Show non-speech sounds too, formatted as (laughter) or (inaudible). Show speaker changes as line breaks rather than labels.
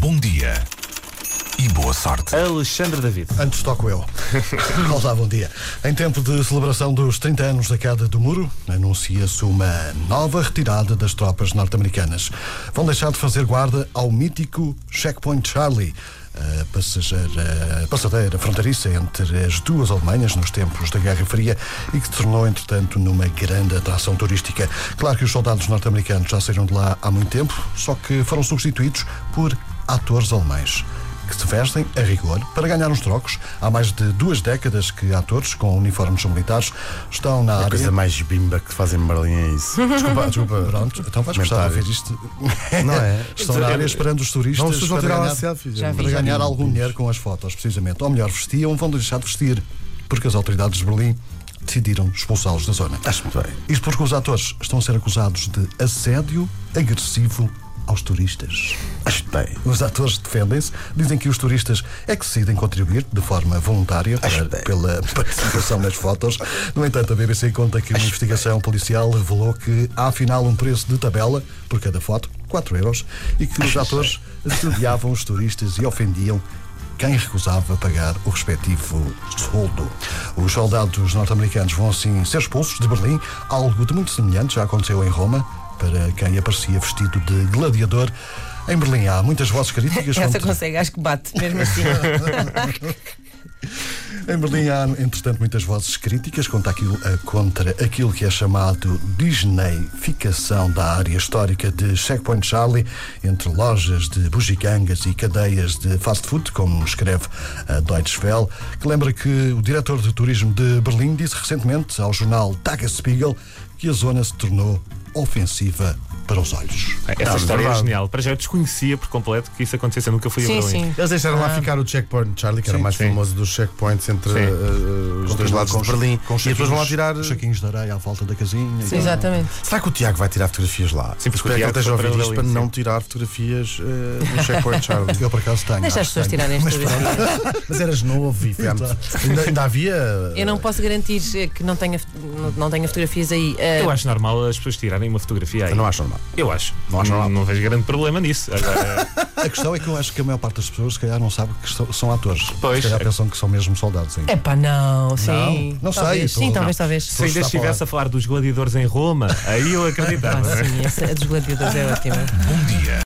bom dia e boa sorte.
Alexandre David.
Antes toco eu. Olá, bom dia. Em tempo de celebração dos 30 anos da queda do muro, anuncia-se uma nova retirada das tropas norte-americanas. Vão deixar de fazer guarda ao mítico Checkpoint Charlie. A passageira, a passadeira fronteiriça entre as duas Alemanhas nos tempos da Guerra Fria e que se tornou, entretanto, numa grande atração turística. Claro que os soldados norte-americanos já saíram de lá há muito tempo, só que foram substituídos por atores alemães que se vestem a rigor para ganhar uns trocos. Há mais de duas décadas que atores com uniformes militares estão na
A
área.
coisa mais bimba que fazem Berlim é isso.
Desculpa, desculpa. Pronto, então vais gostar de
Comentário.
ver isto.
(laughs) Não é?
(laughs) Estão na área esperando os turistas
Não, as pessoas vão
para,
tirar lá
ganhar,
selfies.
para
Já vi, já
ganhar
vi.
algum dinheiro com as fotos, precisamente. Ou melhor, vestiam, vão deixar de vestir, porque as autoridades de Berlim decidiram expulsá-los da zona.
Acho muito bem.
Isto porque os atores estão a ser acusados de assédio agressivo aos turistas.
Acho muito bem.
Os atores defendem-se, dizem que os turistas é que decidem contribuir de forma voluntária para-
bem.
pela (laughs) participação nas fotos. No entanto, a BBC conta que uma investigação policial revelou que há afinal um preço de tabela por cada foto, 4 euros, e que os atores assediavam os turistas e ofendiam quem recusava pagar o respectivo soldo. Os soldados norte-americanos vão assim ser expulsos de Berlim, algo de muito semelhante já aconteceu em Roma, para quem aparecia vestido de gladiador. Em Berlim há muitas vozes críticas
(laughs) Essa
contra-
consegue, acho que bate, mesmo assim.
Em Berlim há, entretanto, muitas vozes críticas contra aquilo, eh, contra aquilo que é chamado Disneyficação da área histórica de Checkpoint Charlie, entre lojas de bugigangas e cadeias de fast food, como escreve a Deutsche Welle, que lembra que o diretor de turismo de Berlim disse recentemente ao jornal Tagesspiegel que a zona se tornou ofensiva para os olhos.
Essa história é genial. Para já eu desconhecia por completo que isso acontecesse, eu nunca fui a
sim,
Berlim.
sim.
Eles deixaram lá ficar o checkpoint, Charlie, que era o mais
Ah. sim.
famoso dos checkpoints entre
Sim.
eh, eh, os dois
Continuar
lados
com
de
os-
Berlim.
com os
e depois vão lá
saquinhos-
tirar.
saquinhos de areia à volta da casinha. e-
Exatamente.
Será que o Tiago vai tirar fotografias lá?
Sim, porque o
Espero que ele
Tiago
esteja a
foi
ouvir
para
isto para
Berlim,
não
sim.
tirar fotografias eh, do checkpoint,
(laughs)
Charlie.
Eu por acaso tenho.
Deixa as
acho que
pessoas
tenho.
tirarem as fotografias.
Mas eras novo e foi há muito- ainda, ainda havia.
Eu não posso garantir eh, que não tenha, não- não tenha fotografias aí. Eh,
Eu acho normal as pessoas tirarem uma fotografia aí.
Eu não acho normal.
Eu acho.
Não acho normal.
não vejo grande problema nisso. (laughs) Agora,
A questão é que eu acho que a maior parte das pessoas, se calhar, não sabe que so- são atores.
Pois.
Se calhar pensam que são mesmo soldados. hein?
É pá, não, sim.
não sei,
talvez.
tô-
Sim, talvez,
não.
talvez.
se ainda estivesse a falar dos gladiadores em Roma, aí eu
Ah, (laughs)
acreditava.
sim, essa, a dos gladiadores é ótima.
Bom dia